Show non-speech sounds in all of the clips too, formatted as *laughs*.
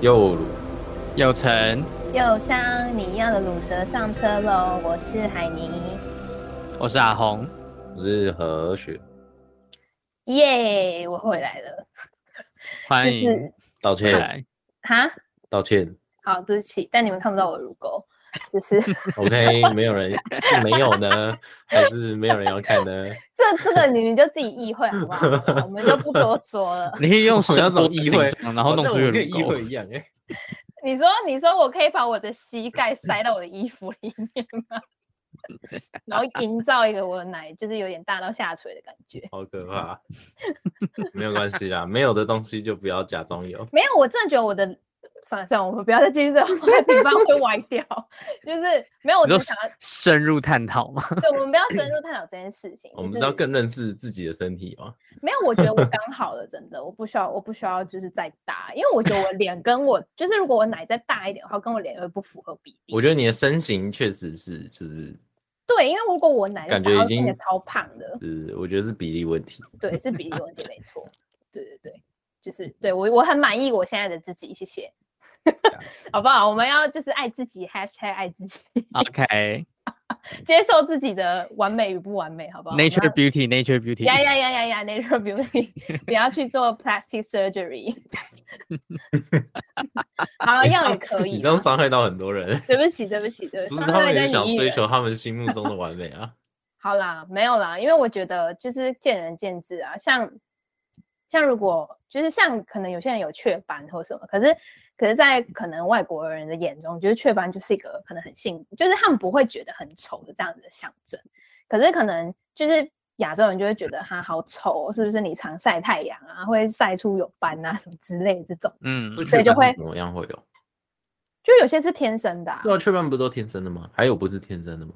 右乳，有成，右上你要的乳蛇上车喽！我是海尼，我是阿红，我是何雪，耶、我回来了。欢就迎是道回歉，来。哈，道歉。好，对不起，但你们看不到我的乳沟，就是 *laughs* OK，没有人是没有呢，还是没有人要看呢？这这个你们就自己意会好不好？我们就不多说了。你可以用 *laughs* 我要神找佛议的会形状，然后弄出一一跟个乳议沟会。一样哎、你说，你说我可以把我的膝盖塞到我的衣服里面吗？然后营造一个我的奶就是有点大到下垂的感觉。好可怕。没有关系啦，没有的东西就不要假装 *laughs* 有。没有，我真的觉得我的，算了算了，我们不要再继续这个话题，不然会歪掉。就是没有，我你只就是想要深入探 *laughs* 讨吗？对，我们不要深入探讨这件事情。我就们是是要更认识自己的身体嘛？没有，我觉得我刚好了，真的，我不需要，我不需要就是再大，因为我觉得我脸跟我就是如果我奶再大一点的话，跟我脸会不符合比例。我觉得你的身形确实是，就是，对，因为如果我奶再感大觉已我变得经超胖的，是我觉得是比例问题。对，是比例问题，没错。对对对，就是对我我很满意我现在的自己，*laughs* 谢谢，好不好？我们要就是爱自己，#hashtag 爱自己， *laughs* *laughs* OK，Nature 接受自己的完美与不完美，好不好我们要 Beauty，Nature 呀 Beauty，呀呀呀呀，natural beauty，不要去做 plastic surgery。好了，你要伤也可你以这样啦。伤害到很多 *laughs* 人，对不起，对不起，对不不是他起，伤害们在也你想一追人求他们心目中的完美 *laughs* 啊。好啦，没有啦，因为我觉得就是见仁见智啊，像像如果就是像可能有些人有雀斑或什么，可是可是在可能外国人的眼中，就是雀斑就是一个可能很幸，就是他们不会觉得很丑的这样子的象征，可是可能就是。亚洲人就会觉得它好丑哦，是不是？你常晒太阳啊，会晒出有斑啊什么之类的这种，嗯，所以对雀就斑会是怎么样会有？就有些是天生的、啊。对啊，雀斑不都天生的吗？还有不是天生的吗？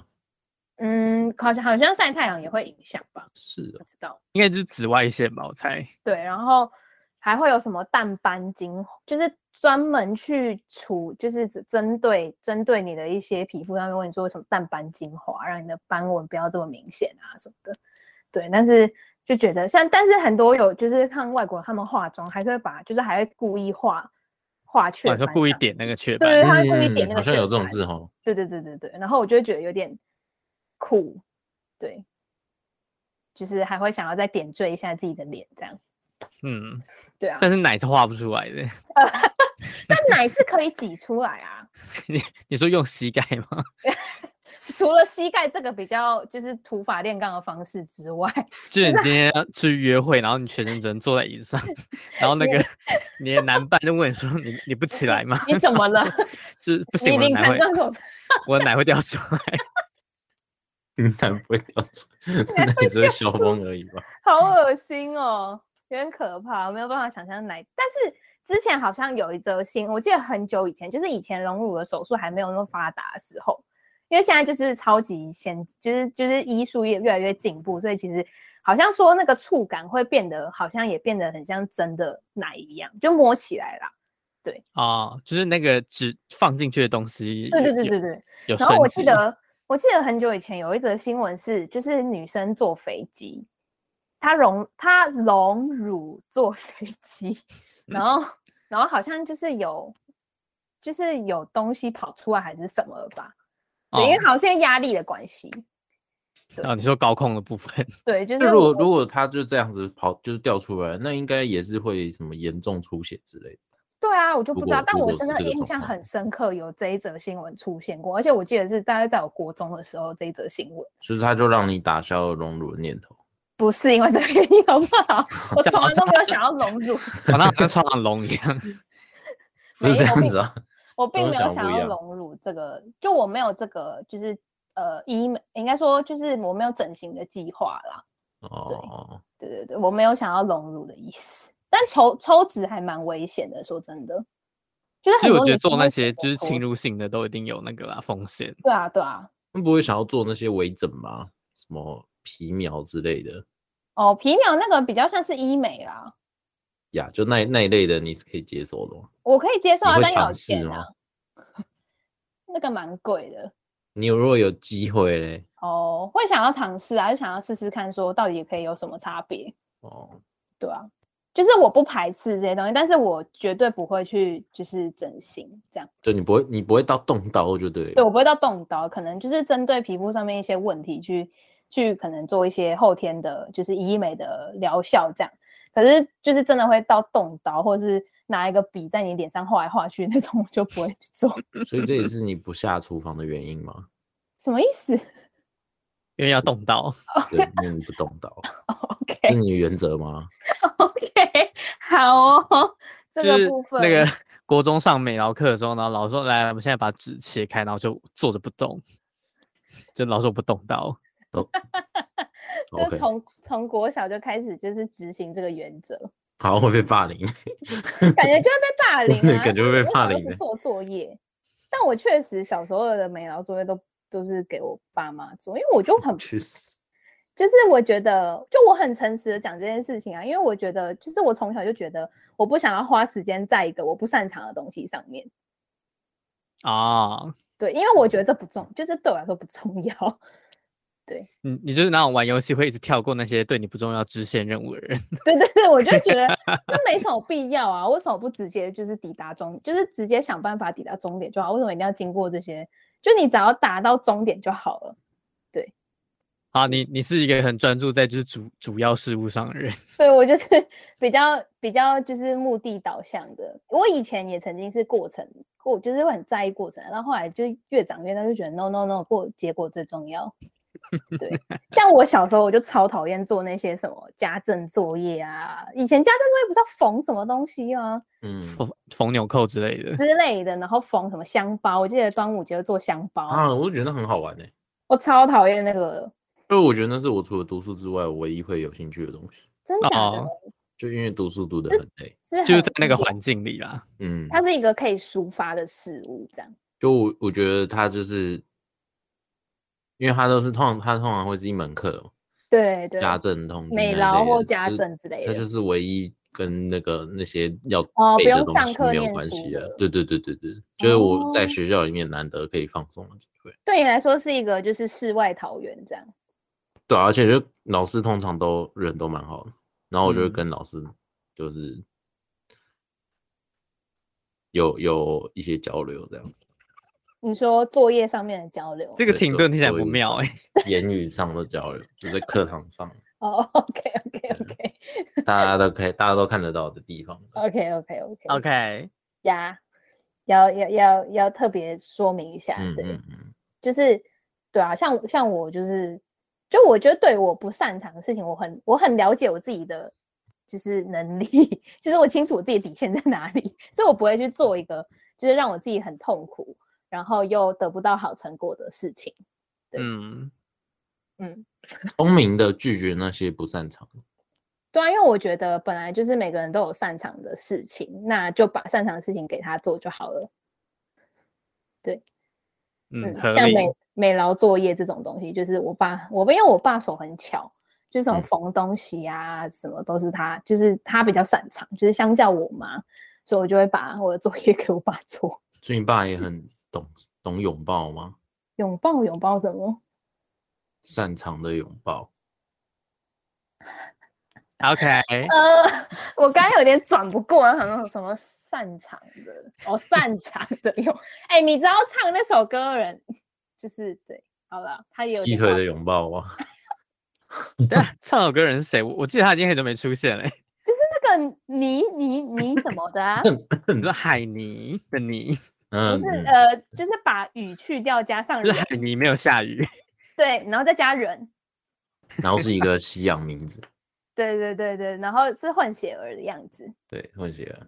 嗯，好像好像晒太阳也会影响吧，是啊不哦，知道。应该就是紫外线吧，我猜。对，然后还会有什么淡斑精华，就是专门去除，就是只针对针对你的一些皮肤上面，问你说什么淡斑精华，让你的斑纹不要这么明显啊什么的。对，但是就觉得像，但是很多有就是看外国人他们化妆，还是会把就是还会故意画画雀我斑哦说上，故意点那个雀对对斑，他会故意点那个好像有这种雀斑事哦。对对对对对，然后我就会觉得有点酷，对，就是还会想要再点缀一下自己的脸这样。嗯，对啊，但是奶是画不出来的。但奶是可以挤出来啊，你说用膝盖吗？ *laughs* 除了膝盖这个比较就是土法炼钢的方式之外，就是你今天要去约会，然后你全身只能坐在椅子上， *laughs* 然后那你个你的男伴就问你说你你不起来吗？你怎么了？就是 *laughs* 不你行，一我的定奶看会到什么？ *laughs* 我的奶会掉出来。云南不会掉出， *laughs* 那也只是小风而已吧。好恶心哦，有点可怕，没有办法想象奶。但是之前好像有一则新，我记得很久以前，就是以前隆乳的手术还没有那么发达的时候，因为现在就是超级先，就是就是医术也越来越进步，所以其实好像说那个触感会变得好像也变得很像真的奶一样，就摸起来啦。哦，就是那个纸放进去的东西有，对对对有对对。有然后升我记级得，我记得很久以前有一则新闻是，就是女生坐飞机，她荣她荣辱坐飞机，然后 *laughs* 然后好像就是有就是有东西跑出来还是什么了吧？对，因为哦好像压力的关系，对哦，你说高控的部 *laughs* 分，对，就是那如果我如果他就这样子跑，就是掉出来，那应该也是会什么严重出血之类的。对啊，我就如不知道果，但如我果真是的这个印状象况很深刻，有这一则新闻出现过，而且我记得是大概在我国中的时候这一则新闻，所以他就让你打消荣辱的念头。不是因为这个原因好不 *laughs* 好？我这从样来都没有想要荣辱。长哦大好像穿上龙一样。不是没这有样并子啊，我并跟没我有想的不想一要样融入这个，就我没有这个，就是呃医美，应该说就是我没有整形的计划啦。哦，对对对，我没有想要融入的意思。但抽抽脂还蛮危险的，说真的，就是其实很多我觉女得做生那会些选择就是抽侵脂入性的都一定有那个啦风险。对啊对啊，那不会想要做那些微整吗？什么皮秒之类的哦皮秒那个比较像是医美啦，呀？就那那一类的，你是可以接受的吗？我可以接受你啊，会但要有尝试钱吗啊，那个蛮贵的你如果有机会嘞，哦，会想要尝试啊，就想要试试看说到底可以有什么差别，哦，对啊，就是我不排斥这些东西，但是我绝对不会去就是整形这样。就你不会你不会到动刀就对了。对我不会到动刀，可能就是针对皮肤上面一些问题去去可能做一些后天的，就是医美的疗效这样。可是就是真的会到动刀，或是拿一个笔在你脸上画来画去那种，我就不会嗯去做。所以这也是你不下厨房的原因吗？什么意思 *laughs* 因嗯为要动刀。对，因为你不动 *laughs* 刀，这是？OK 你的原则吗？ OK，好 *laughs* 哦，这就是个部分那个 *laughs* 国中上美劳课的时候呢，老师说来，我们现在把纸切开，然后就坐着不动，就老师我不动刀。就 OK，从从国小就开始就是执行这个原则， *laughs* 好，会被霸凌。感觉就会被 *laughs* 霸凌啊，感觉会就是被你为霸什么都凌不的做作业，但我确实小时候的美劳作业都都是给我爸妈做，因为我就 *laughs* 很去死！就是我觉得，就我很诚实的讲这件事情啊，因为我觉得，就是我从小就觉得，我不想要花时间在一个我不擅长的东西上面。啊，对，因为我觉得这不重，就是对我来说不重要。 *laughs* 你你就是那种玩游戏会一直跳过那些对你不重要支线任务的人。对对对，我就觉得这没什么必要啊，为什么不直接就是抵达终，就是直接想办法抵达终点就好？为什么一定要经过这些？就你只要达到终点就好了。啊，你你是一个很专注在就是主主要事务上的人。对我就是 *laughs* 比较比较就是目的导向的。我以前也曾经是过程过，就是会很在意过程，然后后来就越长越大，就觉得 no no no，过结果最重要。 *laughs* 对，像我小时候我就超讨厌做那些什么家政作业啊，以前家政作业不是要缝什么东西 *laughs* 啊嗯缝缝纽扣之类的。之类的，然后缝什么香包，我记得端午节会做香包，啊，我就觉得很好玩呢、我超讨厌那个的，因为我觉得那是我除了读书之外，我唯一会有兴趣的东西。真假的、哦就因为读书读得很累，是就是很在那个无聊环境里啦。嗯，它是一个可以抒发的事物，这样。就我我觉得它就是，因为它都是通常它通常会是一门课嘛，对对，家政通讯那美一劳类或的家就是政之类它的就是唯一跟那个那些要哦背的不用东上西课没有念关书系啊的。对对对对对，就是我在哦学校里面难得可以放松的机会。对你来说是一个就是世外桃源这样。对啊、而且就老师通常都人都蛮好的，然后我就会嗯跟老师就是有有一些交流，这样你说作业上面的交流，这个对停都顿听起来都不一直妙哎、上 *laughs* 言语上的交流，就在课堂上，哦，OK OK OK 大家都可以大家都看得到的地方。哦 OK OK OK OK，呀，要要要要特别说明一下，嗯对，嗯嗯，就是对啊，像像我就是，就我觉得对我不擅长的事情，我很我很了解我自己的就是能力， *laughs* 就是我清楚我自己底线在哪里，所以我不会去做一个就是让我自己很痛苦，然后又得不到好成果的事情。对嗯，嗯，聪明的拒绝那些不擅长的。对啊，因为我觉得本来就是每个人都有擅长的事情，那就把擅长的事情给他做就好了。嗯，合像理。美美劳作业这种东西，就是我爸，我因为我爸手很巧，就是什么嗯缝东西啊，什么都是他，就是他比较擅长，就是相较我妈，所以我就会把我的作业 *laughs* 给我爸做。所以你爸也很懂懂拥抱吗？拥抱拥抱什么？擅长的拥抱， OK， *laughs* 呃，我刚刚有点转不过来，好像有什么擅长的 *laughs* 哦，擅长的用。哎、你知道唱那首歌的人，就是对，好了，他也有劈点腿话的拥抱吗？ *laughs* 但啊唱首歌的人是谁？我我记得他已经很久没出现了、欸。 *laughs* 那个你你你什么的、啊，你说海泥的泥， *laughs* 嗯，不是嗯呃，就是把雨去掉加上就是人，海泥没有下雨。 *laughs* 对，然后再加人，然后是一个西洋名字，对对对对，然后是混血儿的样子。对，混血儿。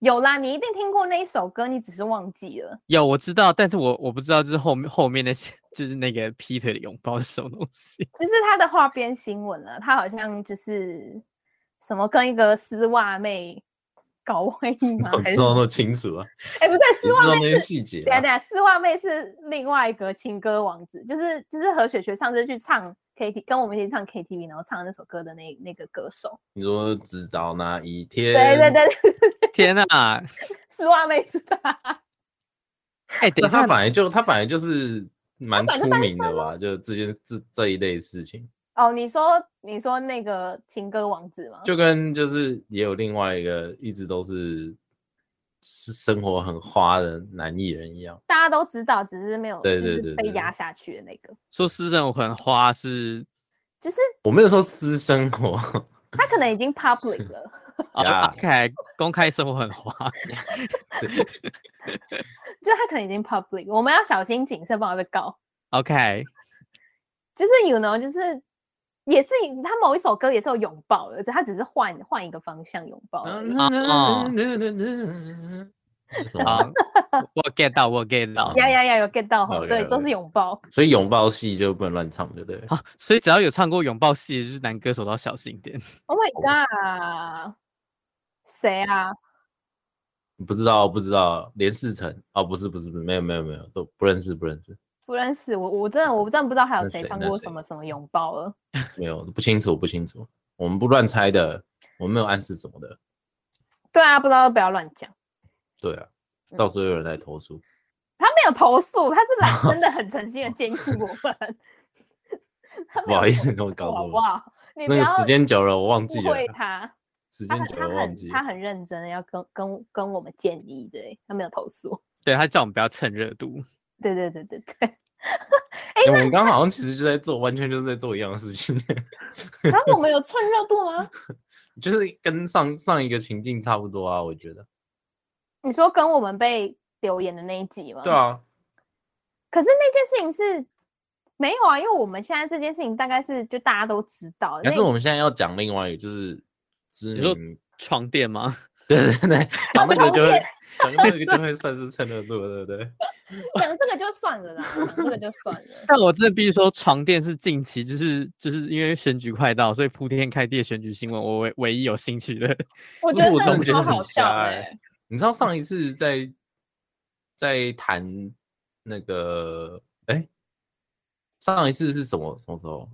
有啦，你一定听过那一首歌，你只是忘记了。有我知道，但是我我不知道就是后面后面那些就是那个劈腿的拥抱是什么东西。 *laughs* 就是他的花边新闻啊，他好像就是什么跟一个丝袜妹搞外遇吗？ *laughs* 我还是知道那么清楚啊，哎、不对，你丝知袜道妹那些是细节等下啊等。下，丝袜妹是另外一个情歌王子，就是就是何雪雪上次去唱 K T，跟我们一起唱 K T V，然后唱那首歌的那那个歌手。你说直到那一天，对对，对，嗯对天呐、啊，丝袜妹是他，哎、等那一下他本，来就他本来就是蛮本来出就单名的吧？就这件这这一类事情，哦，你说你说那个情歌王子吗？就跟就是也有另外一个一直都是是生活很花的男艺人一样，大家都知道，只是没有对就是对对被对压下去的那个，说私生活很花是就是我没有说私生活，他可能已经 public 了，啊呀，OK，公开生活很花， *laughs* 对就他可能已经 public，我们要小心谨慎，不然会被告。 ，OK，就是 you know，就是也是他某一首歌也是有拥抱的，只他只是换换一个方向拥抱而已。啊那什好么？，我 get 到，我 get 到呀呀呀呀，有 get 到哈？有对，有都是有拥抱。所以拥抱戏就不能乱唱，对不对？啊，所以只要有唱过拥抱戏，就是男歌手都要小心一点。 *laughs* Oh 哦 my god，谁啊？不知道，不知道，连世成哦，不是，不是，不是没有，没有，没有，都不认识，不认识，不认识我，我真的我真的不知道还有那谁谁唱那过谁嗯什么什么拥抱了。没有，不清楚，不清楚，我们不乱猜的，我们没有暗示什么的，对啊，不知道不要乱讲。对啊，嗯到时候有人来投诉，他没有投诉，他是来真的很 *laughs* 诚心的建议我们。 *laughs* 他没不有好意思跟投我诉搞好错不了，好？你不那个要时间久了我忘记误了会，他，时他间很久他了我忘记很他了，很认真的要跟跟跟我们建议，对他没有投诉。 *laughs* 对他叫我们不要蹭热度，对对对对对。因为哎我们刚刚好像其实就在做，完全就是在做一样的事情， *laughs* 然后我们有蹭热度吗？ *laughs* 就是跟上上一个情境差不多啊，我觉嗯得，你说跟我们被留言的那一集吗？对。啊，可是那件事情是没有啊，因为我们现在这件事情大概是就大家都知道。但那是我们现在要讲另外一个就是知你说名 *laughs* 床垫吗？ *laughs* 对对对，讲那个床就会垫讲那个就会算是蹭热度了，对不对？讲这个就算了啦，讲这个就算 *laughs* 了。但我真的必须说，床垫是近期就是就是因为选举快到，所以铺天盖地的选举新闻，我唯唯一有兴趣的。我因觉为得我真真的的觉超得很好笑瞎哎、欸你知道上一次在在谈那个哎、上一次是什么什么时候？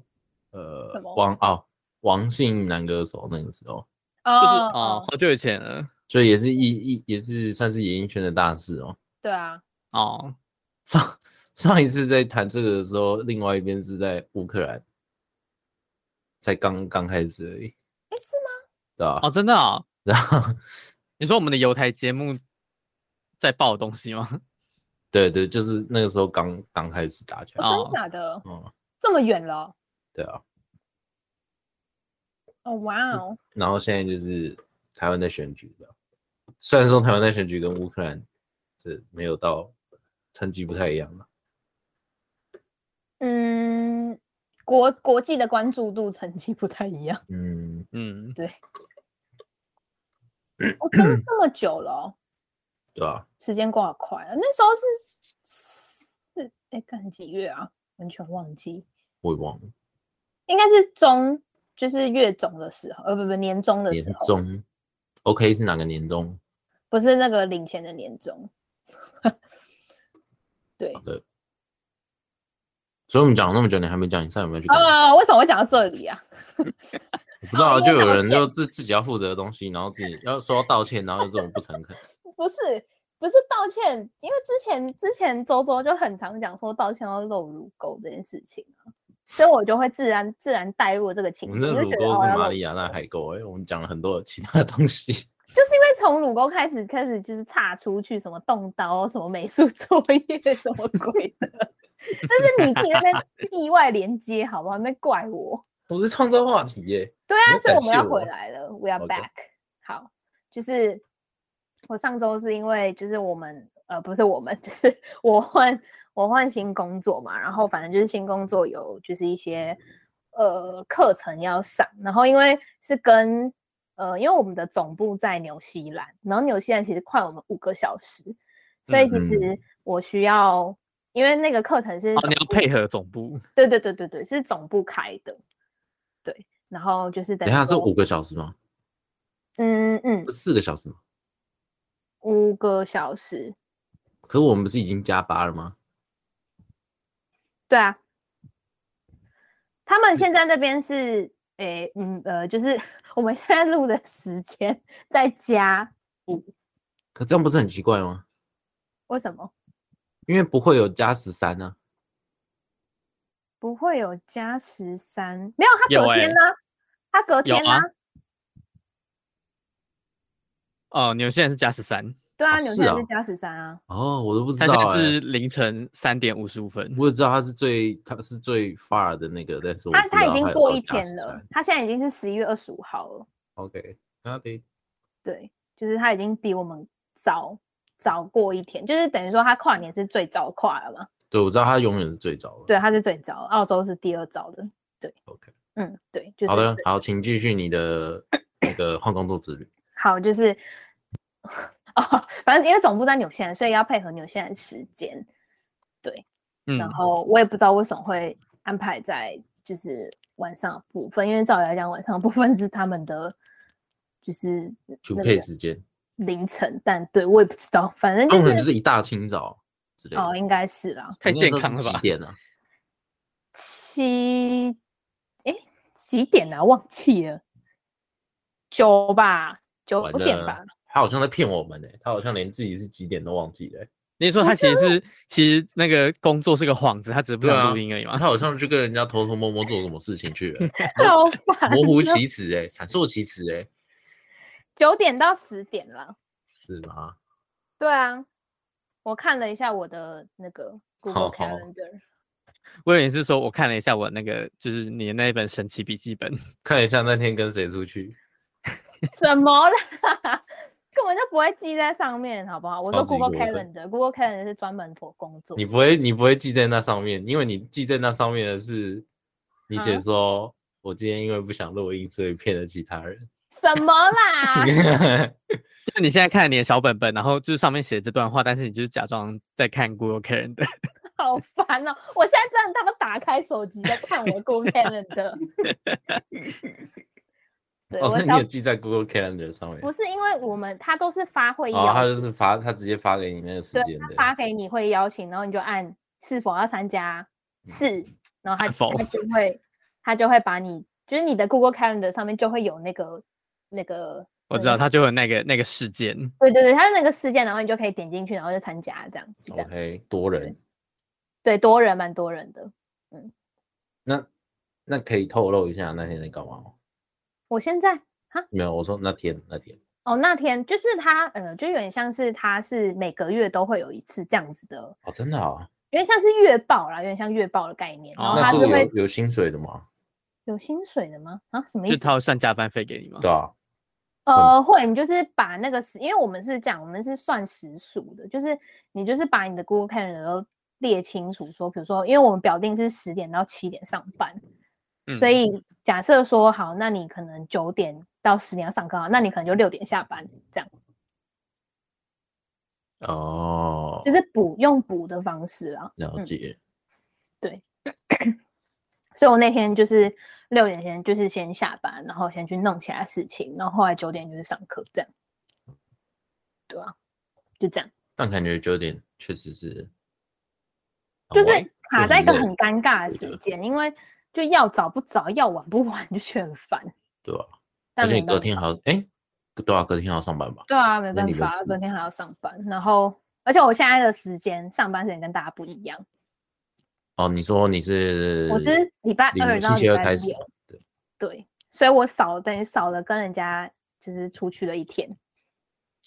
什呃么，王哦，王姓男歌手那个时候，就是哦哦，好久以前了就也是一嗯一也是算是演艺圈的大事哦。对啊，哦，上上一次在谈这个的时候，另外一边是在乌克兰，才刚刚开始而已，哎、是吗？对吧？哦，真的哦， *laughs* 然后你说我们的游台节目在报的东西吗？ *laughs* 对对，就是那个时候刚刚开始打起我、来，真哦的假的？嗯，这么远了？对啊。哦哇哦！然后现在就是台湾在选举的，虽然说台湾在选举跟乌克兰是没有到成绩不太一样嘛，嗯，国国际的关注度成绩不太一样。嗯，嗯，哦，真嗯的这么久了哦、对啊吧、时间过好快啊！那时候是是哎，干几月啊？完全忘记，我也忘了，应该是中，就是月中的时候，呃，不不，年中的年时候，终，OK 是哪个年终？不是那个领钱的年终。 *laughs* 对好，的。所以我们讲了那么久，你还没讲，你上有没有去看？啊，为什么会讲到这里啊？我不知道啊，好哦因就为有道人歉就自自己要负责的东西，然后自己要说要道歉，然后又这种不诚恳。不是不是道歉，因为之前之前周周就很常讲说道歉要露乳沟这件事情啊，所以我就会自然自然带入了这个我情们境，这就乳觉得沟哦是要马露里亚纳沟海沟，哎，我们讲了很多其他的东西。 *laughs* 就是因为从乳沟开始开始就是岔出去什么动刀什么美术 *laughs* 作业什么鬼的， *laughs* 但是你自己在那边 *laughs* 意外连接好不好？那怪我。我是创造话题耶，对啊，要所以感我们要谢我回来了，We are 好的 back。好，就是我上周是因为就是我们呃不是我们， *laughs* 就是我换我换新工作嘛，然后反正就是新工作有就是一些呃课程要上，然后因为是跟呃因为我们的总部在纽西兰，然后纽西兰其实快我们五个小时，所以其嗯实我需要、因为那个课程是哦，你总要部配合总部，对对对对对是总部开的，对，哦然后就是等等一下于是说五个小时吗？嗯嗯是，四个小时吗？五个小时，可是我们不是已经加八了吗？对啊。他们嗯现在那边是，诶、嗯，呃，就是 *laughs* 我们现在录的时间再加，可这样不是很奇怪吗？为什么？啊因为不会有加十三呢，不会有加十三，没有，他有隔欸天呢、他隔有天呢、啊哦，纽西兰是加十三，对啊，哦纽是西兰哦是加十三啊，哦，我都不知它道、现欸，在是凌晨三点五十五分。我只知道他是最他是最 far 的那个，但是我他不知他已道经有过到一加天了13。，他现在已经是十一月二十五号了， OK，那得对，就是他已经比我们早早过一天，就是等于说他跨年是最早跨了嘛，对，我知道他永远是最早的。对，啊他是最早，澳洲是第二早的， ，OK，嗯，对，就是好的对，好，请继续你的那个换工作之 *coughs* 旅。好，就是 *laughs* 哦，反正因为总部在纽西兰，所以要配合纽西兰时间，嗯，然后我也不知道为什么会安排在就是晚上的部分，因为照理来讲，晚上的部分是他们的就是就那配个时间，凌晨，但对我也不知道，反正他就们可能是就是一大清早之类的。哦，应该是啦，太你那时健候是康了几吧？点啊？七哎几点啊？忘记了，九吧，九完点了吧， *laughs* 他好像在骗我们呢、他好像连自己是几点都忘记了 *laughs* 欸、你说他其实是其实那个工作是个幌子，他只是不对啊想录音而已啊，嘛。 *laughs* 他好像就跟人家偷偷摸摸做什么事情去了欸、 *laughs* 好烦模糊哦，其词哎、闪烁其词欸哎、九点到十点了，是吗？对啊，我看了一下我的那 *laughs* 个 Google 好好 Calendar。我以为是说我看了一下我那个就是你的那一本神奇笔记本， *laughs* 看一下那天跟谁出去，什么啦？ *laughs* 根本就不会记在上面，好不好？我说超级 Google 过分 Calendar，Google Calendar 是专门 for 工作你。不会你不会记在那上面，因为你记在那上面的是你写啊说、我今天因为不想录音，所以骗了其他人。什 *laughs* 么啦？就是你现在看你的小本本，然后就是上面写这段话，但是你就是假装在看 Google Calendar。好烦哦！我现在真的他妈打开手机在看我的 *laughs* Google Calendar。对，哦，我所以你小有记在 Google Calendar 上面不。是因为我们他都是发会议哦，他邀就请，是发，他直接发给你那个时对间的。发给你会议邀请，然后你就按是否要参加，是，然后他按否他就会他就会把你就是你的 Google Calendar 上面就会有那个那个。我那知个道他就有那个那个事件，对对对，它是那个事件，然后你就可以点进去，然后就参加这样。这样 OK，多人，对，多人蛮多人的。那那可以透露一下那天在干嘛吗？我现在没有，我说那天那天哦，那天就是他，呃，就有点像是他是每个月都会有一次这样子的，哦，真的啊、有点像是月报啦，有点像月报的概念。然哦后那他这是个会有有薪水的吗？有薪水的吗？啊，什么意就思？他会算加班费给你嗯吗？对啊，呃，会，你就是把那个时，因为我们是这样，我们是算时数的，就是你就是把你的 Google Calendar 都列清楚，说，比如说，因为我们表定是十点到七点上班，嗯所以假设说好，那你可能九点到十点要上课啊，那你可能就六点下班，这样哦，就是补用补的方式啊。了嗯解。所以我那天就是六点先就是先下班，然后先去弄其他事情，然后后来九点就是上课，这样，对啊，就这样，但感觉九点确实是很就是晚，卡在一个累很尴尬的对时的间，因为就要早不早，要晚不晚，就觉得很 *laughs* 烦。对吧、但而且没你隔办天还要哎，对啊，隔天还要上班吧？对啊，没那办你们法，是昨天还要上班，然后而且我现在的时间上班时间跟大家不一样。哦，你说你是我是礼拜礼二到星期礼二拜开始六嘛，对，对，所以我少等于少了跟人家就是出去了一天。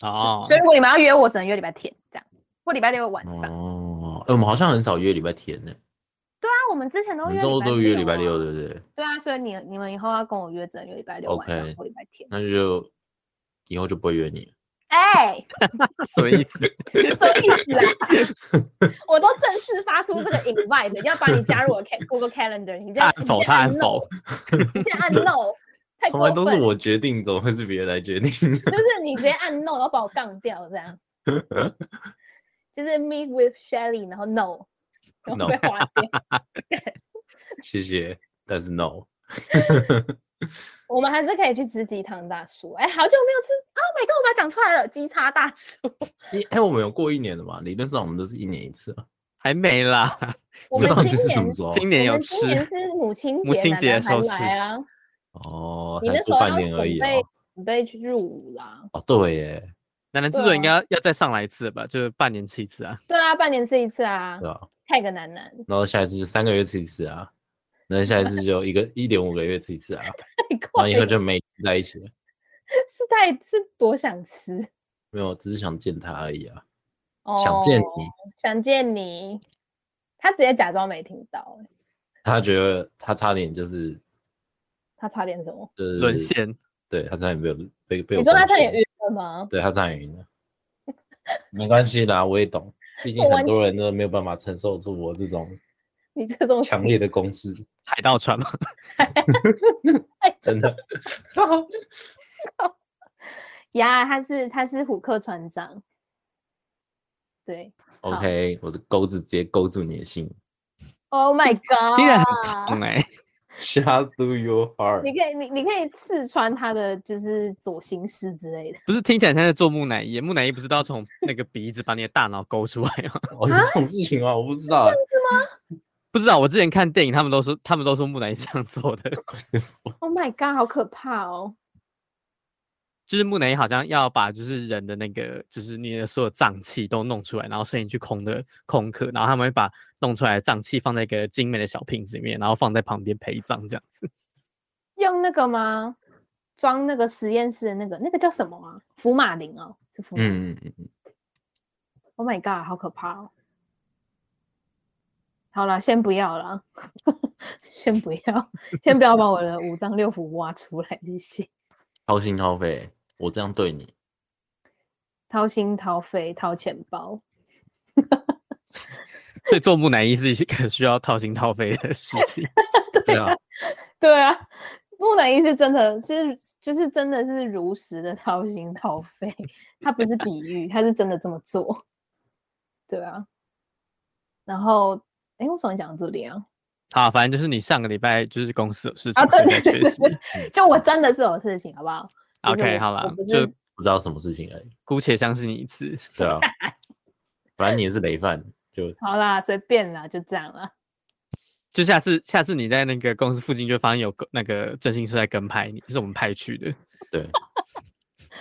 哦所以，如果你们要约我，只能约礼拜天这样，或礼拜六晚上。啊，哦，哎，我们好像很少约礼拜天呢，我们之前都我约们都都约礼拜六，啊。对不对？对啊，所以你你们以后要跟我约，只能约礼拜六晚上 OK 或礼拜天。那就以后就不会约你了。哎、什么意 *laughs* 思？什么意思啊？ *laughs* 我都正式发出这个 invite，要把你加入我的 ca- Google Calendar，你这他样按否，他按否，你这样按 no，你这样按 *laughs* no，太从过来分都是了，我决定，怎么会是别人来决定？就是你直接按 no，然后把我杠掉这样。就是 meet with Shelly，然后 no，然后 No 被划掉。 *laughs* *laughs* 谢谢，但是 no，我们还是可以去吃鸡汤大叔。哎，好久没有吃，Oh my god，我把它讲出来了，鸡叉大 *laughs* 叔。哎、哎我们有过一年的嘛？理论上我们都是一年一次啊。还没啦。我不知道们这今是什哦年么时候？今我年有们今年吃，是母亲母亲节节的时候奶奶才来啊。哦，你才那时过候半要年而准已备哦。准备去入伍啦。哦，对耶，奶奶制对作应啊该要再上来一次吧，就是半年吃一次啊。对啊，半年吃一次啊对吧、 ，tag 楠楠。然后下一次就三个月吃一次啊。那下一次就一个一点五个月吃一 *laughs* 次啊，然太后快以后了，就没在一起了。是太是多想吃，没有，只是想见他而已啊，哦、想见你。想见你，他直接假装没听到、欸，他觉得他差点就是他差点什么？就是沦，陷。对他差点被我被被我你说他差点攻陷晕了吗？ *laughs* 对他差点晕了，没关系啦，我也懂，毕竟我很完多人都没有办法承受住我这种你这种强烈的攻 *laughs* 势，海盗船嘛，真 *laughs* 的。呀，他是他是虎克船长，对 OK，我的钩子直接勾住你的心，Oh my 嗯听起来 God，很痛哎、 ，Shut through your heart。你可以你你可以刺穿他的就是左心室之类的，不是听起来像在做木乃伊，木乃伊不是都要从那个鼻子把你的大脑勾出来吗？ *laughs* 哦，有这种事情啊，我不知道啊，不知道，我之前看电影，他们都说他们都说木乃伊这样做的， *laughs* 欸 *laughs* ，Oh my God，好可怕哦，就是木乃伊好像要把就是人的那个就是你的所有脏器都弄出来，然后剩进去空的空壳，然后他们会把弄出来的脏器放在一个精美的小瓶子里面，然后放在旁边陪葬这样子。用那个吗？装那个实验室的那个那个叫什么啊？福马林哦，是福马林、嗯，嗯嗯嗯 o h？Oh my God，好可怕哦。好了，先不要了， *laughs* 先不要，先不要把我的五脏六腑挖出来，谢谢。掏心掏肺，我这样对你，掏心掏肺掏钱包，所以做木乃伊是一个需要掏心掏肺的事情。 *laughs* 对啊，对啊，木乃伊是真的是就是真的是如实的掏心掏肺，它不是比喻，它是真的这么做。对啊，然后哎，我怎么讲到这里啊？好，反正就是你上个礼拜就是公司有事情啊对所以在对学对习。就我真的是有事情，好不好就是 OK，我好 *laughs* 我啦不，就是不知道什么事情而已，姑且相信你一次。对 *laughs* 啊，反正你也是累犯，就好啦，随便啦，就这样啦。就下次下次你在那个公司附近就会发现有个那个征信社在跟拍你，是我们派去的。 *laughs* 对，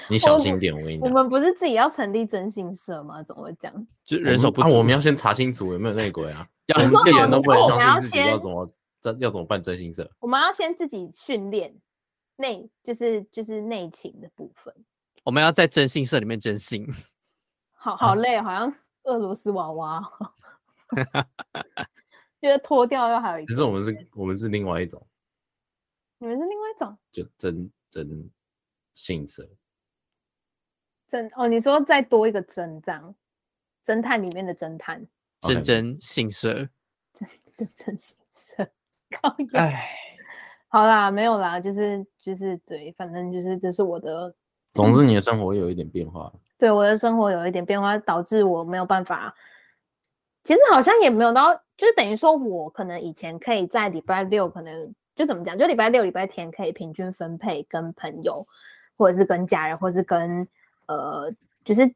你小心点，我跟你我讲。们不是自己要成立征信社吗？怎么会这样？就我人手们不啊足，我们要先查清楚有没有内鬼啊！要我们说自己好人都你不能我们相要信自己要先怎么真要怎么办真心社，我们要先自己训练内，就是就是内勤的部分。我们要在征信社里面征信。好啊好累，哦好像俄罗斯娃娃哦， *laughs* 觉得脱掉又还有一可个。是我们是我们是另外一种，你们是另外一种就真真性社，侦哦，你说再多一个侦这样，侦探里面的侦探， OK，没真真事信社，侦侦行社， *laughs* 靠腰哎，好啦，没有啦，就是就是对，反正就是这是我的总嗯之你的生活有一点变化，对我的生活有一点变化，导致我没有办法。其实好像也没有到，就是等于说我可能以前可以在礼拜六，可能就怎么讲，就礼拜六、礼拜天可以平均分配跟朋友，或者是跟家人，或是跟呃，就是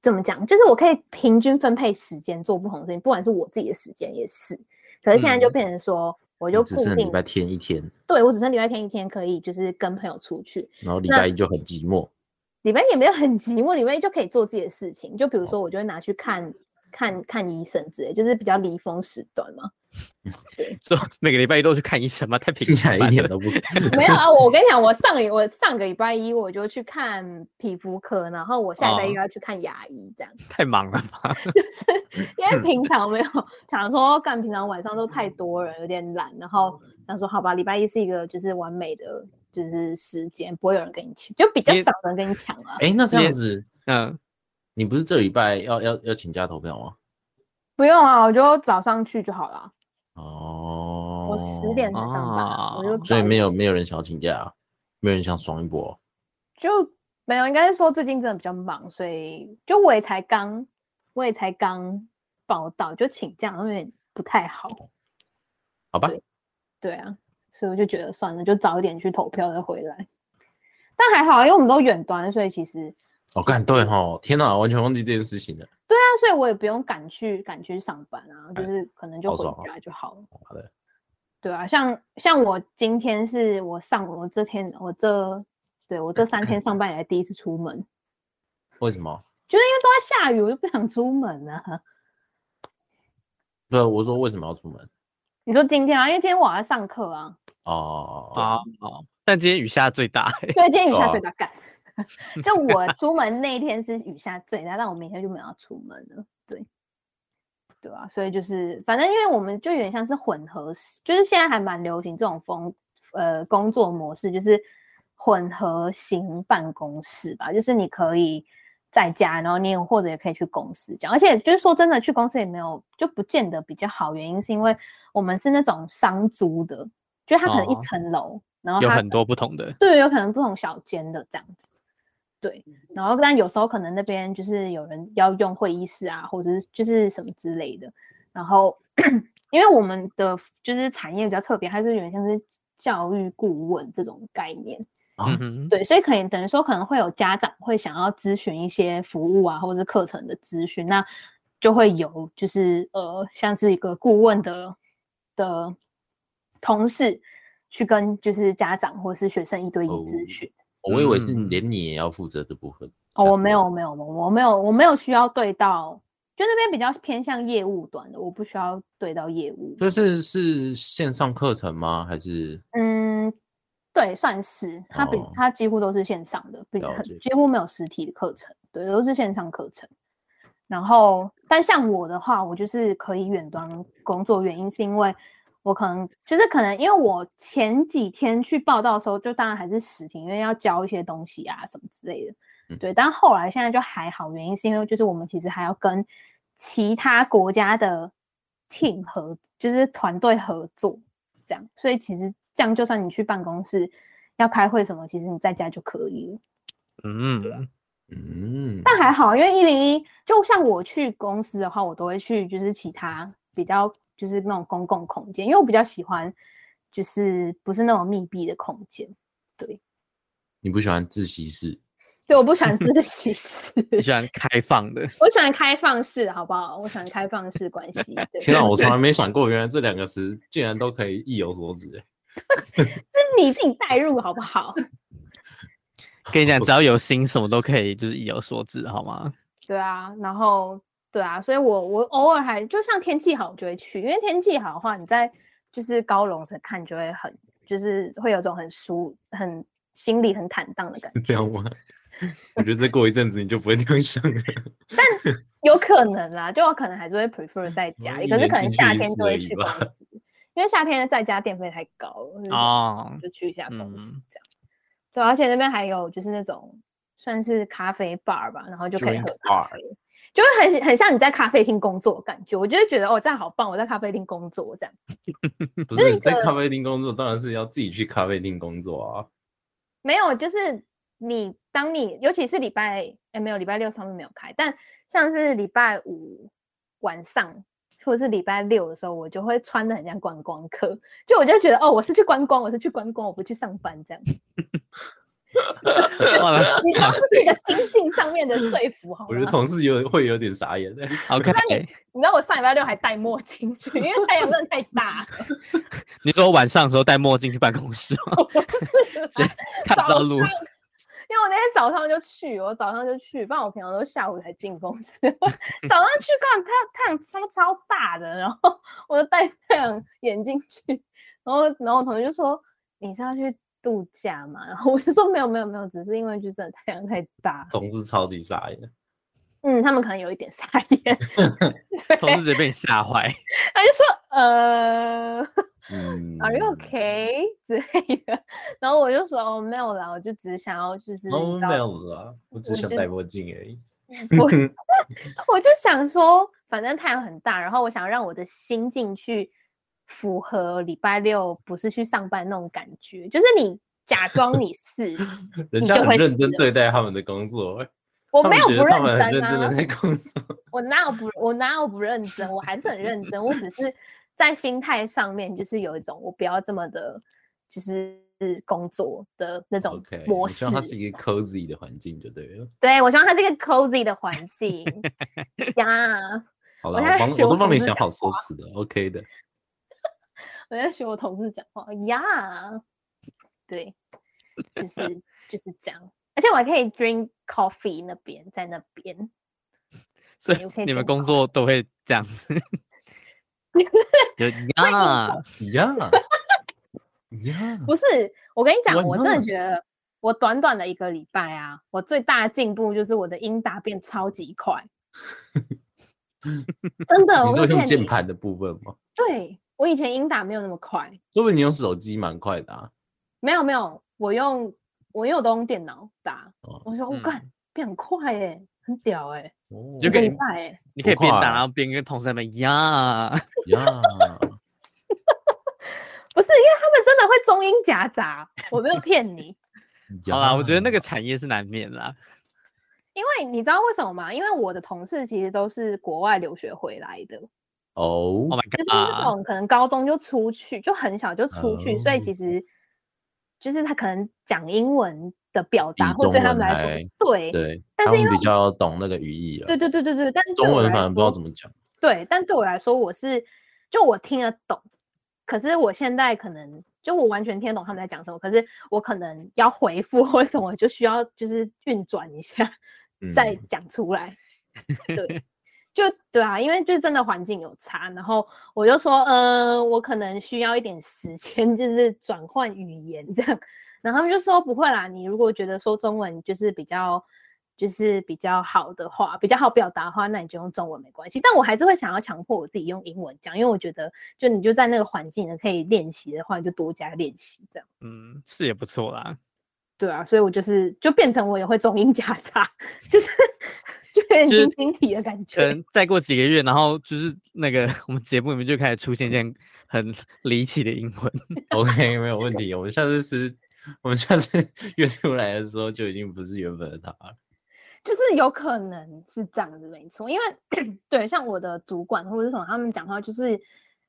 怎么讲，就是我可以平均分配时间做不同的事情，不管是我自己的时间也是。可是现在就嗯变成说，我我就只固剩礼定，拜天一天，对我只剩礼拜天一天可以，就是跟朋友出去，然后礼那拜一就很寂寞，礼拜一也没有很寂寞，礼拜一就可以做自己的事情。就哦比如说，我就会拿去嗯看看看医生之类，就是比较离峰时 *laughs* 段嘛。就每个礼拜一都去看医生吗？太平听起来常一点 *laughs* 了都不没有啊，我跟你讲，我上个礼我上个礼拜一我就去看皮肤科，然后我下礼拜一哦又要去看牙医，这样、太忙了吧？就是因嗯为平常没有想说干，平常晚上都太多人，有点懒，然后想说好吧，礼拜一是一个就是完美的就是时间，不会有人跟你抢，就比较你少人跟你抢啊了、哎，那这你样也子，嗯，你不是这礼拜要要要请假投票吗？不用啊，我就早上去就好了，哦，我十点才上班啊，我就哦所以早一没有没有人想要请假、啊，没有人想爽一波、啊就没有，应该是说最近真的比较忙，所以就我也才刚，我也才刚报道，就请假好像有点不太好，哦好吧？对对啊，所以我就觉得算了，就早一点去投票再回来。但还好，因为我们都远端，所以其实哦，干对吼，天哪，完全忘记这件事情了。那啊所以我也不用赶去赶去上班啊，就哎是可能就好爽哦回家就好了。好的，对啊，像像我今天是我上我这天我这对我这三天上班以来第一次出门，为什么？就是因为都在下雨，我就不想出门啊。不，我说为什么要出门？你说今天啊，因为今天我要上课啊，哦，啊哦，但今天雨下最大、欸，对，今天雨下哦最大 *laughs* 干。就我出门那一天是雨下最大，但我明天就没有要出门了。对，对啊，所以就是反正因为我们就有点像是混合式，就是现在还蛮流行这种风呃工作模式，就是混合型办公室吧，就是你可以在家，然后你也或者也可以去公司讲，而且就是说真的去公司也没有就不见得比较好，原因是因为我们是那种商租的，就是它可能一哦层楼，然后有它很多不同的。对，有可能不同小间的这样子。对，然后但有时候可能那边就是有人要用会议室啊，或者是就是什么之类的。然后 *clears throat* 因为我们的就是产业比较特别，它是有点像是教育顾问这种概念。啊嗯哼，对，所以可能等于说可能会有家长会想要咨询一些服务啊，或者是课程的咨询，那就会有就是呃，像是一个顾问的的同事去跟就是家长或是学生一对一哦咨询。我以为是嗯连你也要负责这部分。哦，吓我死没了有，我没有，我没有，我没有需要对到，就那边比较偏向业务端的，我不需要对到业务。就是是线上课程吗？还是嗯，对，算是它比哦它几乎都是线上的，比了很解几乎没有实体的课程，对，都是线上课程。然后，但像我的话，我就是可以远端工作，原因是因为我可能就是可能因为我前几天去报道的时候，就当然还是实体，因为要教一些东西啊什么之类的。嗯对，但后来现在就还好，原因是因为就是我们其实还要跟其他国家的 team 合，就是团队合作这样，所以其实这样就算你去办公室要开会什么，其实你在家就可以了。啊嗯，嗯？但还好，因为一零一就像我去公司的话，我都会去就是其他比较就是那种公共空间，因为我比较喜欢就是不是那种密闭的空间。你不喜欢自习 *laughs* 室？对，我不喜欢自 *laughs* 习室，你喜欢开放的，我喜欢开放式，好不好？我喜欢开放式关系。*laughs* 对，天啊，我从来没想过，原来这两个词竟然都可以意有所指欸。 *laughs* 是你自己带入好不好？跟哦你讲，只要有心，什么都可以，就是意有所指，好吗？对啊，然后对啊，所以我我偶尔还就像天气好我就会去，因为天气好的话，你在就是高笼子看就会很就是会有种很舒很心里很坦荡的感是觉，这样吗？我觉得再过一阵子你就不会这样想了。有可能啦，就我可能还是会 prefer *laughs* 在家嗯里，一可是年可能进去夏一天次就而会已去公吧司，因为夏天在家电费太高了，哦， *laughs* 就去一下公司嗯这样。对，而且那边还有就是那种算是咖啡 bar 吧，然后就可以 Drink 喝咖 bar 啡，就会很很像你在咖啡厅工作的感觉。我就会觉得哦，这样好棒，我在咖啡厅工作这样。不就是是你一在个咖啡厅工作，当然是要自己去咖啡厅工作啊。没有，就是你当你尤其是礼拜哎没有礼拜六上面没有开，但像是礼拜五晚上。或者是礼拜六的时候，我就会穿的很像观光客，就我就觉得哦，我是去观光，我是去观光，我不去上班这样。好了你知道这是一个心境上面的 *laughs* 说服，好吗？我觉得同事有会有点傻眼的。 *laughs* ，OK，你知道我上礼拜六还戴墨镜去，因为太阳真的太大了。你说晚上的时候戴墨镜去办公室吗？我 *laughs* 不是啦是看不到路早上因为我那天早上就去，我早上就去，不然我平常都下午才进公司。 *laughs* 我早上去干，太太阳他妈超大的，然后我就戴太阳眼镜去，然后然后我同学就说你是要去度假嘛？然后我就说没有没有没有，只是因为就真的太阳太大了。同事超级傻眼，嗯，他们可能有一点傻眼， *laughs* 同事对，直接被你吓坏。 *laughs* 他就说呃。嗯 Are you okay *laughs* 之类的？然后我就说哦没有啦，我就只是想要就是哦，你没知道，有啦，我只我想觉戴得墨镜而已。我我就想说，反正太阳很大，然后我想让我的心境去符合礼拜六不是去上班那种感觉，就是你假装你 *laughs* 是，人你家就很会认死真了对待他们的工作，我他没们有觉得不他们很认认真真的啊，在工 *laughs* 作。我哪有不我哪有不认真，我还是很认真，我只是在心态上面就是有一种我不要这么的，就是工作的那种 OK，模你式。啊希望它是一个 cozy 的环境就对了。对，我希望它是一个 cozy 的环 *laughs* 境呀。好我了，现在我帮学我我都帮同你事想讲好说辞的，OK 的。 *laughs* 我在学我同事讲话呀， *laughs* 对，就是 *laughs* 就是这样。而且我还可以 drink coffee 那边，在那边所哎对我可以以你们跟 *laughs* 工作都会这样子，就呀，呀 *laughs* 呀，不是，我跟你讲，我我真的呢觉得我短短的一个礼拜啊，我最大的进步就是我的音打变超级 *laughs* 快，真的。你 *laughs* 我说跟用你键，盘的部分吗？对我以前音打没有那么快，说不定你用手机蛮快的啊。没有没有，我用我因为我都用电脑打，哦我说我嗯干、变很快耶、很屌哎、哦就一个可以礼拜哎、你可以边不快打然后边跟同事们呀，呀，不是因为他们真的会中英夹杂，我没有骗你。好啦，我觉得那呀个产业是难免啦。因为你知道为什么吗？因为我的同事其实都是国外留学回来的，哦 Oh my 就是 god，那种嗯可能高中就出去，就很小就出去，所以其哦实就是他可能讲英文的表比达会对中他文们来还说，对，对，但他是因们为比较懂那个语义了对。对对对对，但是对中我文来反而不知道说怎么讲。对，但对我来说，我是就我听得懂，可是我现在可能就我完全听得懂他们在讲什么，可是我可能要回复或什么，就需要就是运转一下嗯，再讲出来。对，就对啊，因为就真的环境有差，然后我就说，呃，我可能需要一点时间，就是转换语言这样。然后他们就说不会啦，你如果觉得说中文就是比较就是比较好的话，比较好表达的话，那你就用中文没关系。但我还是会想要强迫我自己用英文讲，因为我觉得就你就在那个环境呢可以练习的话，你就多加练习这样。嗯，是也不错啦。对啊，所以我就是就变成我也会中英夹杂，就是就有点就是晶晶体的感可觉。能再过几个月，然后就是那个 *laughs* 我们节目里面就开始出现一些很离奇的英文。 OK，没有 *laughs* 问题。我们下次是，我们下次 *laughs* 约出来的时候就已经不是原本的他了。就是有可能是这样子，没错。因为对，像我的主管或者是什么，他们讲话就是，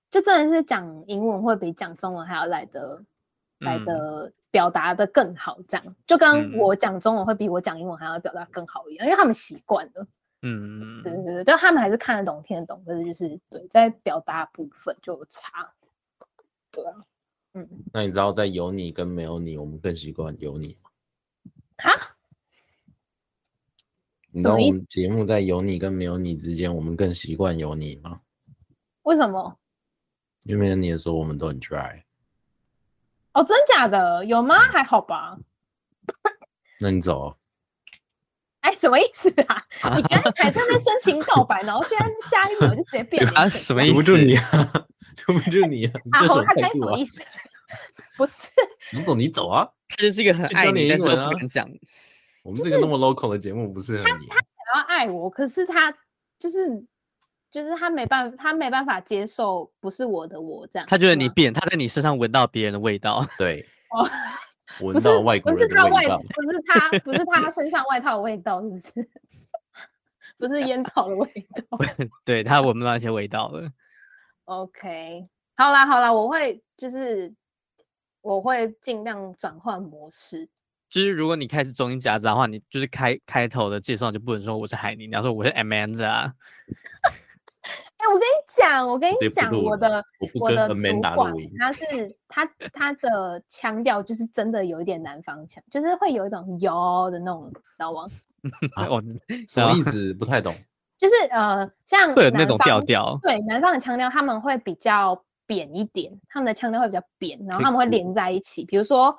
就真的是讲英文会比讲中文还要来的、来嗯的表达的更好，这样就跟嗯我讲中文会比我讲英文还要表达更好一样，因为他们习惯了。嗯，对对对，但他们还是看得懂、听得懂，可是就是对在表达部分就有差。对啊，嗯，那你知道在有你跟没有你，我们更习惯有你吗？哈，你知什道么意我们节目在有你跟没有你之间，我们更习惯有你吗？为什么？因为没有你的时候，我们都很 dry。哦，真假的有吗？还好吧。那你走，啊哎，什么意思啊？你刚才还在那深情告白，然后现在下一秒就直接变啊，脸什色么意堵不思？住你啊， *laughs* 堵不住你啊，你啊？这什红么他态该什度么啊意？思？不是，想走你走啊，他就是一个很就爱教你，你但英是又文不啊敢讲。我们这个那么 local 的节目不适合你啊。想要爱我，可是他就是就是他没办法，他没办法接受不是我的我这样。他觉得是你吗变，他在你身上闻到别人的味道。对，哦，不闻是到外国不是人他的外味道。不是他不是他身上外套的味道，是不 *laughs* 是？不是烟草的味道。对他闻不到那些味道了。 OK，好啦好啦，我会就是我会尽量转换模式。就是如果你开始中英夹杂的话，你就是开开头的介绍就不能说我是海尼，你要说我是 M N 子啊。 *laughs* 哎、我跟你讲，我跟直你接不讲，录我了的我不我跟的 Amanda 录主管 *laughs* 音他是他他的腔调就是真的有一点南方腔，就是会有一种哟的那种，你知道吗？啊我什么意思？思？不 *laughs* 太懂。就是呃，像会有那南种方调调。对南方的腔调，他们会比较扁一点，他们的腔调会比较扁，然后他们会可以连在一起。比如说，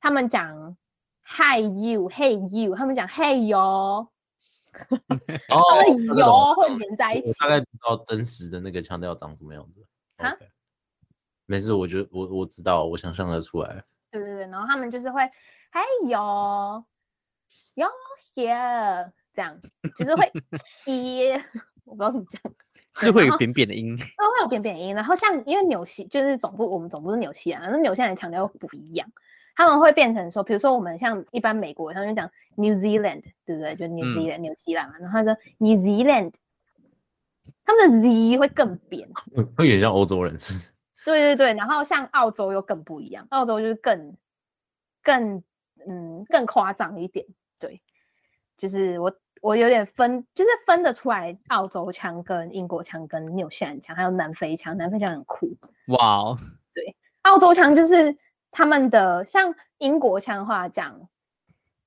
他们讲 Hi you, Hey you，他们讲 Hey 哟，哦他那们这的种哟会连在一我起。大概知道真实的那个腔调长什么样子。啊 OK，没事，我觉得我我知道，我想象得出来。对对对，然后他们就是会，哎呦，哟 here 这样，就是 *laughs* 会耶，我不知道怎么讲，是会有扁扁的音，都会有扁扁音。然后像因为纽西就是总部，我们总部是纽西兰，那纽西兰的强调又不一样，他们会变成说，比如说我们像一般美国，他们就讲 New Zealand，对不对？就 New 嗯 Zealand、纽西兰嘛，然后他说 New Zealand，他们的 Z 会更扁。嗯会有点像欧洲人， *laughs* 是不是对对对，然后像澳洲又更不一样，澳洲就是更更嗯更夸张一点，对，就是我我有点分，就是分得出来澳洲腔跟英国腔跟纽西兰腔，还有南非腔，南非腔很酷，哇哦，澳洲腔就是他们的，像英国腔的话讲，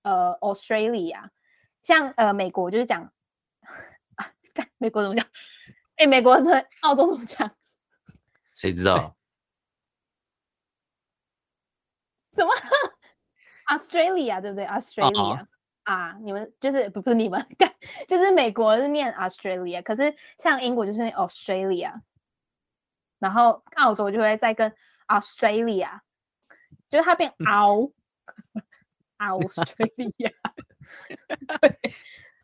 呃，Australia，像呃美国 *laughs* 就是讲，啊干美国怎么讲？哎、美国的澳洲怎么讲？谁知道？啊什么 *laughs* Australia 对不对？Australia 啊，你们就是不不是你们， *laughs* 干就是美国是念 Australia，可是像英国就是念 Australia，然后澳洲就会再跟 Australia，就是它嗯变 au、Australia，对，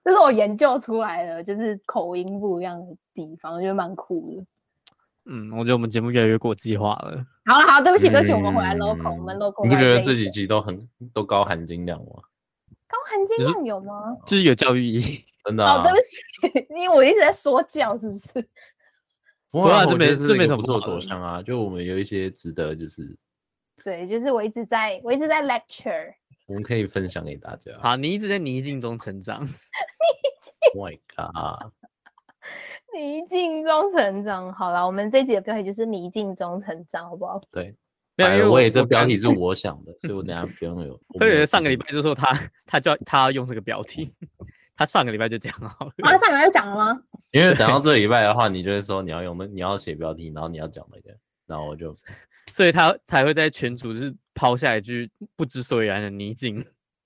这是我研究出来的，就是口音不一样的地方，我觉得蛮酷的。嗯，我觉得我们节目越来越国际化了。好了，好，对不起，对不起，我们回来 local，、我们嗯 local。你不觉得这几集都很都高含金量吗？高含金你是量有吗？就是有教育意义，真的、啊哦，对不起， *laughs* 因为我一直在说教，是不是？不不过、会啊、啊这我觉没得是这一没个什么不错不的好走的向啊，就我们有一些值得，就是对，就是我一直在，我一直在 lecture。我们可以分享给大 *laughs* 家。好，你一直在泥泞中成长， Oh my god！泥泞中成长，好了，我们这集的标题就是泥泞中成长，好不好？对，没有因为哎我也这标刚题 *laughs* 是我想的，所以我等下不用有。我我没有有人上个事礼情拜就说他他就要他要用这个标题，他上个礼拜就讲好了。 *laughs* 啊，上面就讲了吗？因为等到这个礼拜的话，你就会说你要用那你要写标题，然后你要讲那个，然后我就所以他才会在群组就是抛下一句不知所以然的泥泞，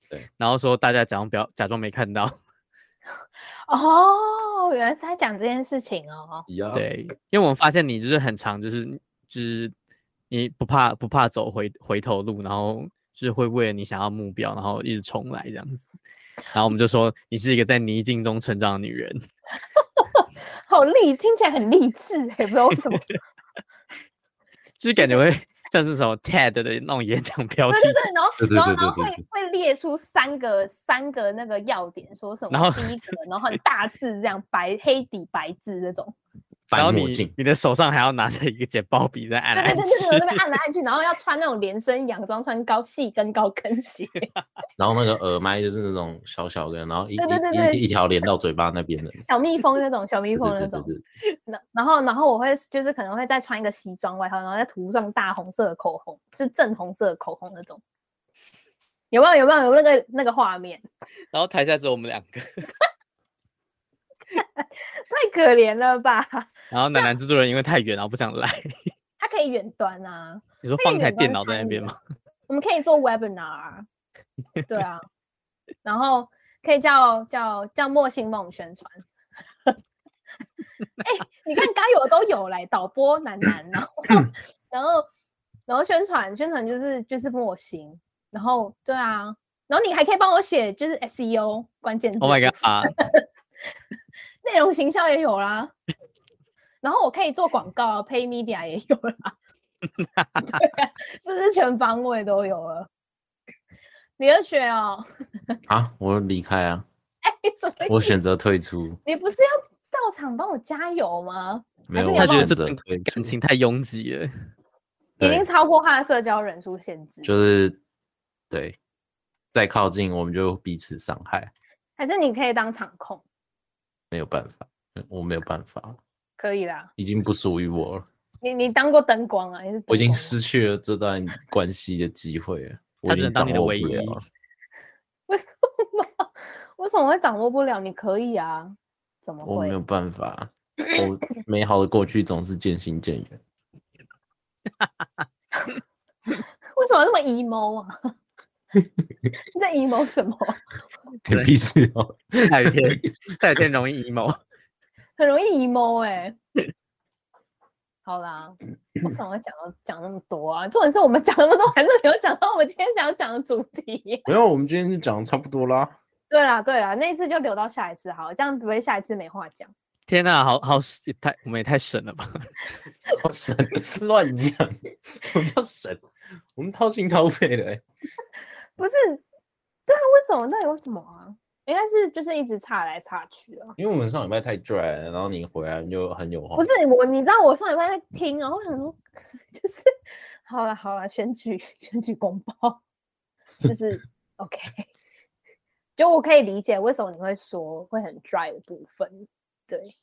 对，然后说大家假装不要假装没看 *laughs* 到，哦，原来是在讲这件事情哦。一样，对，因为我们发现你就是很长，就是就是你不怕不怕走回回头路，然后就是会为了你想要目标，然后一直重来这样子，然后我们就说你是一个在泥泞中成长的女人，好励，听起来很励志哎、不知道为 *laughs* 什么。就是感觉 *laughs* 会像是什么 TED 的那种演讲标题对，对对，然后对对然后对然后对会对对会列出三个三个那个要点，说什么？然后第一个，然后很大字这样白黑底白字那种。然白后墨你镜，你的手上还要拿着一个剪报笔在按对来对按对对对，我去这，边按来按去，然后要穿那种连身洋装，穿高细跟高跟鞋。然后那个耳麦就是那种小小的，然后一对对对一对一一条连到嘴巴那边的，小蜜蜂那种，小对蜜蜂对那对种对。对，那然后，然后我会就是可能会再穿一个西装外套，然后再涂上大红色的口红，就正红色的口红那种。有没有？有没有？有那个那个画面，然后台下只有我们两个，太可怜了吧？然后啊楠楠制作人因为太远，然后不想 *laughs* 来，它可以远端啊，你说可以放一台远端电脑在参那与边啊吗？ *laughs* 我们可以做 webinar，对啊，然后可以叫叫叫莫星帮我们宣传。 *laughs* 哎、你看该有的都有嘞，导播楠楠，然后嗯然后然后宣传宣传就是就是莫星，然后对啊，然后你还可以帮我写就是 SEO 关键字 Oh my *laughs* god！啊内容行销也有啦， *laughs* 然后我可以做广告啊，pay media 也有啦， *laughs* 对啊，是不是全方位都有了？你的学哦， *laughs* 啊，我离开啊，哎你怎么 *laughs* 我意思选择退出，你不是要到场帮我加油吗？没是有，你我要他觉得帮选这择段退啊感出，情太拥挤 *laughs* 了，已对经超过他的社交人数限制，就是对，再靠近我们就彼此伤害，还是你可以当场控，没有办法，嗯我没有办法，可以啦。已经不属于我了，你你当过灯光啊？你是我已灯经光吗 *laughs* 失去了这段关系的机会了，我他已只经能当掌你的握唯一不了了。为什么会掌握不了？你可以啊，怎么我会没有？办 *laughs* 法，我美好的过去总是渐行渐 *laughs* 远。为什么那么 emo 啊？ *laughs* 你在 emo 什么？很屁事 *laughs* 哦！下雨天下雨天容易 emo。很容易 emo 哎、好啦，为什么会讲到讲那么多啊？重点是我们讲那么多，还是没有讲到我们今天想要讲的主题。 *laughs* 没有，我们今天就讲的差不多啦。对啦，对啦，那一次就留到下一次好了，这样不会下一次没话讲。天呐，好好也太我们也太神了吧！神乱讲， *laughs* 什么叫神？我们掏心掏肺的、欸，不是，对啊，为什么？到底为什么啊？应该是就是一直岔来岔去啊。因为我们上礼拜太拽了，然后你回来就很有话。不是我，你知道我上礼拜在听，然后我想说， *laughs* 就是好了好了，选举 *laughs* 选举公报，就是 *laughs* OK，就我可以理解为什么你会说会很 dry 的部分，对，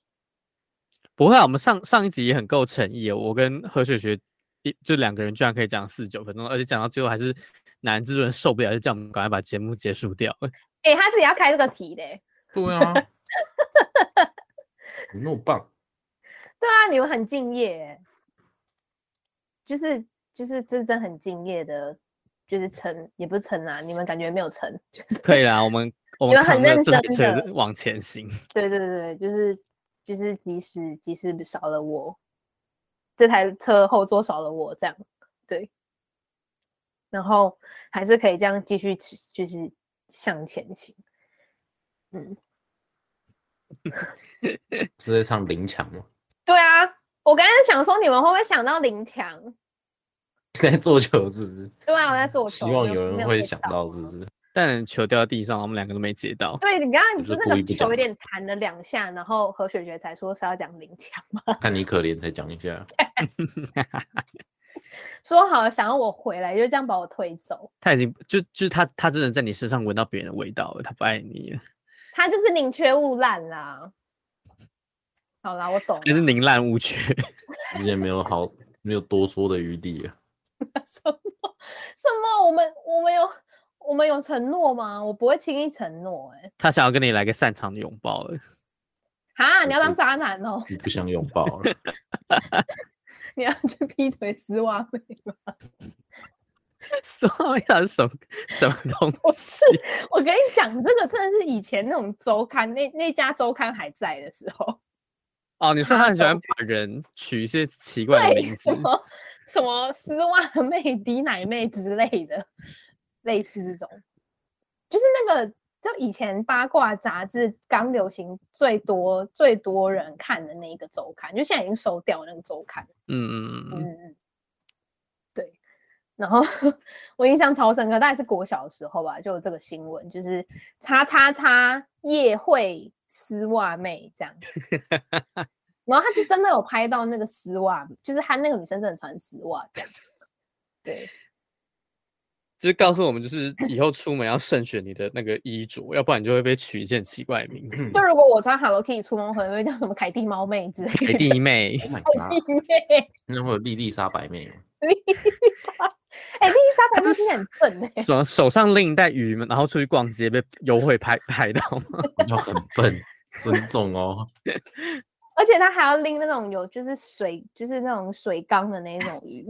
不会啊，我们上上一集也很够诚意哦。我跟何雪雪一就两个人居然可以讲四十九分钟，而且讲到最后还是男制作人受不了，就叫我们赶快把节目结束掉。哎、他自己要开这个题的欸、对啊， *laughs* 你那么棒，对啊，你们很敬业欸、就是就是这真的很敬业的，就是撑也不是撑啊，你们感觉没有撑， *laughs* 就是可以啦，我们我你们们很扛着认这台真车的往前行。对对对，就是就是，即使即使少了我，这台车后座少了我这样，对，然后还是可以这样继续持就是向前行。嗯，是在唱林强吗？ *laughs* 对啊，我刚才想说你们会不会想到林强？在做球是不是？对啊，我在做嗯希球望有没没人会被想盗到啊是不 *laughs* 是？但球掉地上，我们两个都没接到。对你刚刚就是那故个意不球有讲点弹了两下，然后何雪雪才说是要讲林强 *laughs* 嘛，看你可怜才讲一下，说好想要我回来，就这样把我推走。他已经就就是他他真的在你身上闻到别人的味道了，他不爱你了，他就是宁缺毋滥啦。好啦，我懂但 *laughs* 是啦宁滥勿缺。 *laughs* 之前没有好没有多说的余地了。什么什么？我们我们有我们有承诺吗？我不会轻易承诺、欸。他想要跟你来个擅长的拥抱了， *laughs* 哈，你我要当不渣男哦、你不想拥抱了，你要去劈腿丝袜妹 *laughs* 吗？所以他是什么 *laughs* 什么东不西是？，我跟你讲，这个真的是以前那种周刊，那那家周刊还在的时候，哦，你说他他很喜 *laughs* 懂欢把人取一些奇怪的对名字什，么什么丝袜妹、滴奶妹之类的，类似这种，就是那个就以前八卦杂志刚流行最多最多人看的那一个周刊，就现在已经收掉那个周刊。嗯嗯嗯，嗯嗯，对。然后 *laughs* 我印象超深刻，大概是国小的时候吧，就有这个新闻，就是叉叉叉夜会丝袜妹这样 *laughs* 子然后他就真的有拍到那个丝袜，就是他那个女生真的穿丝袜这样。对，就是告诉我们，就是以后出门要慎选你的那个衣着，要不然你就会被取一件奇怪的名字就如果我穿 Hello Kitty 出门，可能会叫什么凯蒂猫妹之类的。凯蒂 *laughs* 妹。Oh my 凯 god！蒂妹，那会有莉莉莎白妹吗？丽莎，哎，丽莎白她妹是真的很 *laughs* 正哎、什么手上拎一袋鱼，然后出去逛街被优惠拍拍到吗？我就很笨， *laughs* 尊重哦。而且他还要拎那种有就是水，就是那种水缸的那种鱼，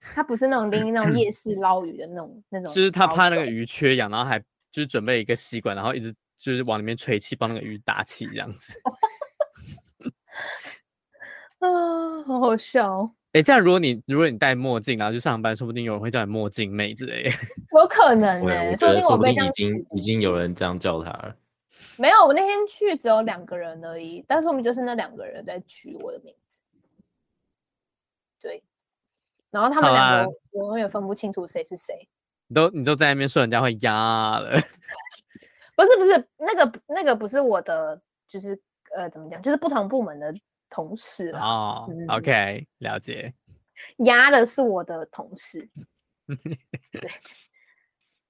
他不是那种拎那种 *clears throat* 夜市捞鱼的那种那种捞手，就是他怕那个鱼缺氧，然后还就是准备一个吸管，然后一直就是往里面吹气，帮那个鱼打气这样子。啊，好好笑哦，哎，这样如果你如果你戴墨镜，然后去上班，说不定有人会叫你墨镜妹之类的。 *laughs* 有可能我呢、啊我觉得说不定我说不被定这已样经已取经有人这样叫他了。没有，我那天去只有两个人而已，但是我们就是那两个人在取我的名字，对，然后他们好两啦啊个我我永远分不清楚谁是谁，你都你都在那边说人家会压了，不是不是那个不那个不是我的，就是呃怎么讲，就是不同部门的同事啦。哦嗯，OK，了解。压的是我的同 *laughs* 事。对，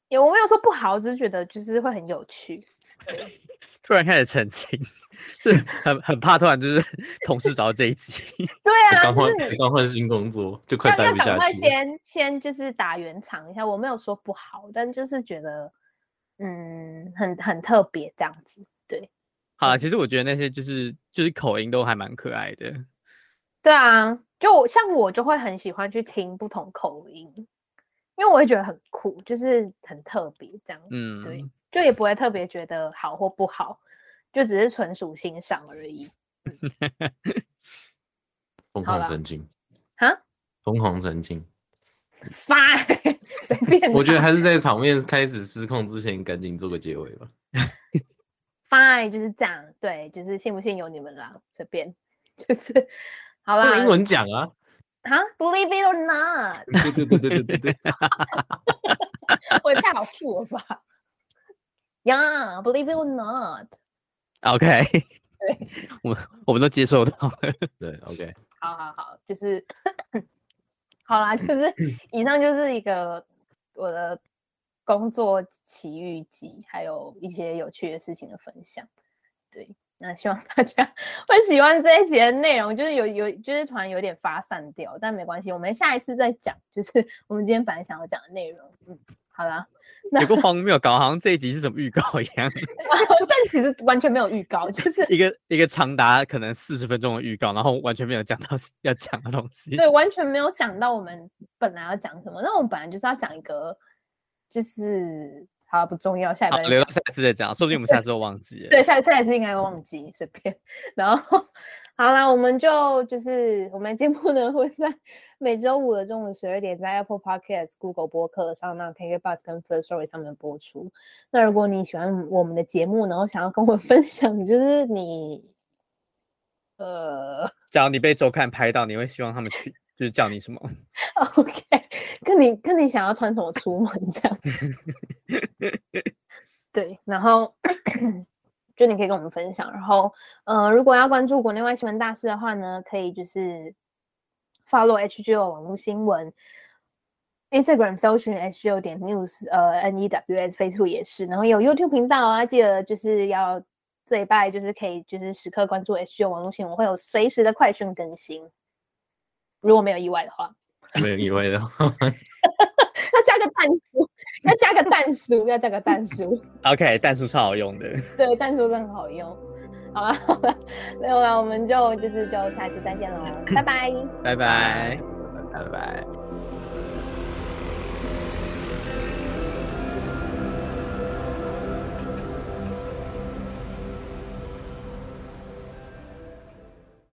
也我没有说不好，只是觉得就是会很有趣。突然开始澄清，是很很怕突然就是 *laughs* 同事找到这一集，对我啊，刚就换是你刚换新工作，就快要待要不赶下快去了。先先就是打圆场一下，我没有说不好，但就是觉得嗯很很特别这样子。好啦，其实我觉得那些就是就是口音都还蛮可爱的。对啊，就我像我就会很喜欢去听不同口音，因为我会觉得很酷，就是很特别这样。嗯，对，就也不会特别觉得好或不好，就只是纯属欣赏而已。疯好狂啦澄清，哈，疯狂澄清。发 *laughs* 随便啦，我觉得还是在场面开始失控之前，赶紧做个结尾吧。 fine 就是这样，对，就是信不信由你们啦，随便， *laughs* 就是好啦用。英文讲 *laughs* 啊！哈，Believe it or not，对对对对对对对，我太好酷了吧？Yeah，Believe it or not， OK， *laughs* 对， *laughs* 我们我们都接受到了。 *laughs* 对，OK，好好好，就是好啦，就是 *coughs* 以上就是一个我的工作奇遇记，还有一些有趣的事情的分享。对，那希望大家 *laughs* 会喜欢这一节的内容，就是有有就是突然有点发散掉，但没关系，我们下一次再讲，就是我们今天本来想要讲的内容。嗯，好啦， *laughs* 有个荒谬搞，好像这一集是什么预告一样，但其实完全没有预告，就是一个一个长达可能四十分钟的预告，然后完全没有讲到 *laughs* 要讲的东西。对，完全没有讲到我们本来要讲什么。那我们本来就是要讲一个，就是好不重要，下一好，班留到下一次再讲，说不定我们下次都忘记了。对，下一次还是应该忘记随便。然后好啦，我们就就是我们节目呢会在 *laughs* 每周五的中午十二点在 Apple Podcast、Google 播客上、那 KKBox 跟 First Story 上面播出。那如果你喜欢我们的节目，然后想要跟我分享，就是你呃假如你被周刊拍到，你会希望他们去就是叫你什么？ *laughs* OK，看你看你想要穿什么出门这样。对，然后 *coughs* 就你可以跟我们分享。然后，呃，如果要关注国内外新闻大事的话呢，可以就是 follow HGO 网络新闻，Instagram 搜寻 HGO 点 news，呃，N E W S，Facebook 也是，然后有 YouTube 频道啊，记得就是要这一拜就是可以就是时刻关注 HGO 网络新闻，会有随时的快讯更新。如果没有意外的话，没有意外的话， *laughs* 要加个蛋叔，要加个蛋叔，要加个蛋叔。 OK，蛋叔超好用的， *laughs* 对，蛋叔真的很好用。好了好了，没有了，我们就就是就下一次再见喽，拜拜。拜拜。拜拜。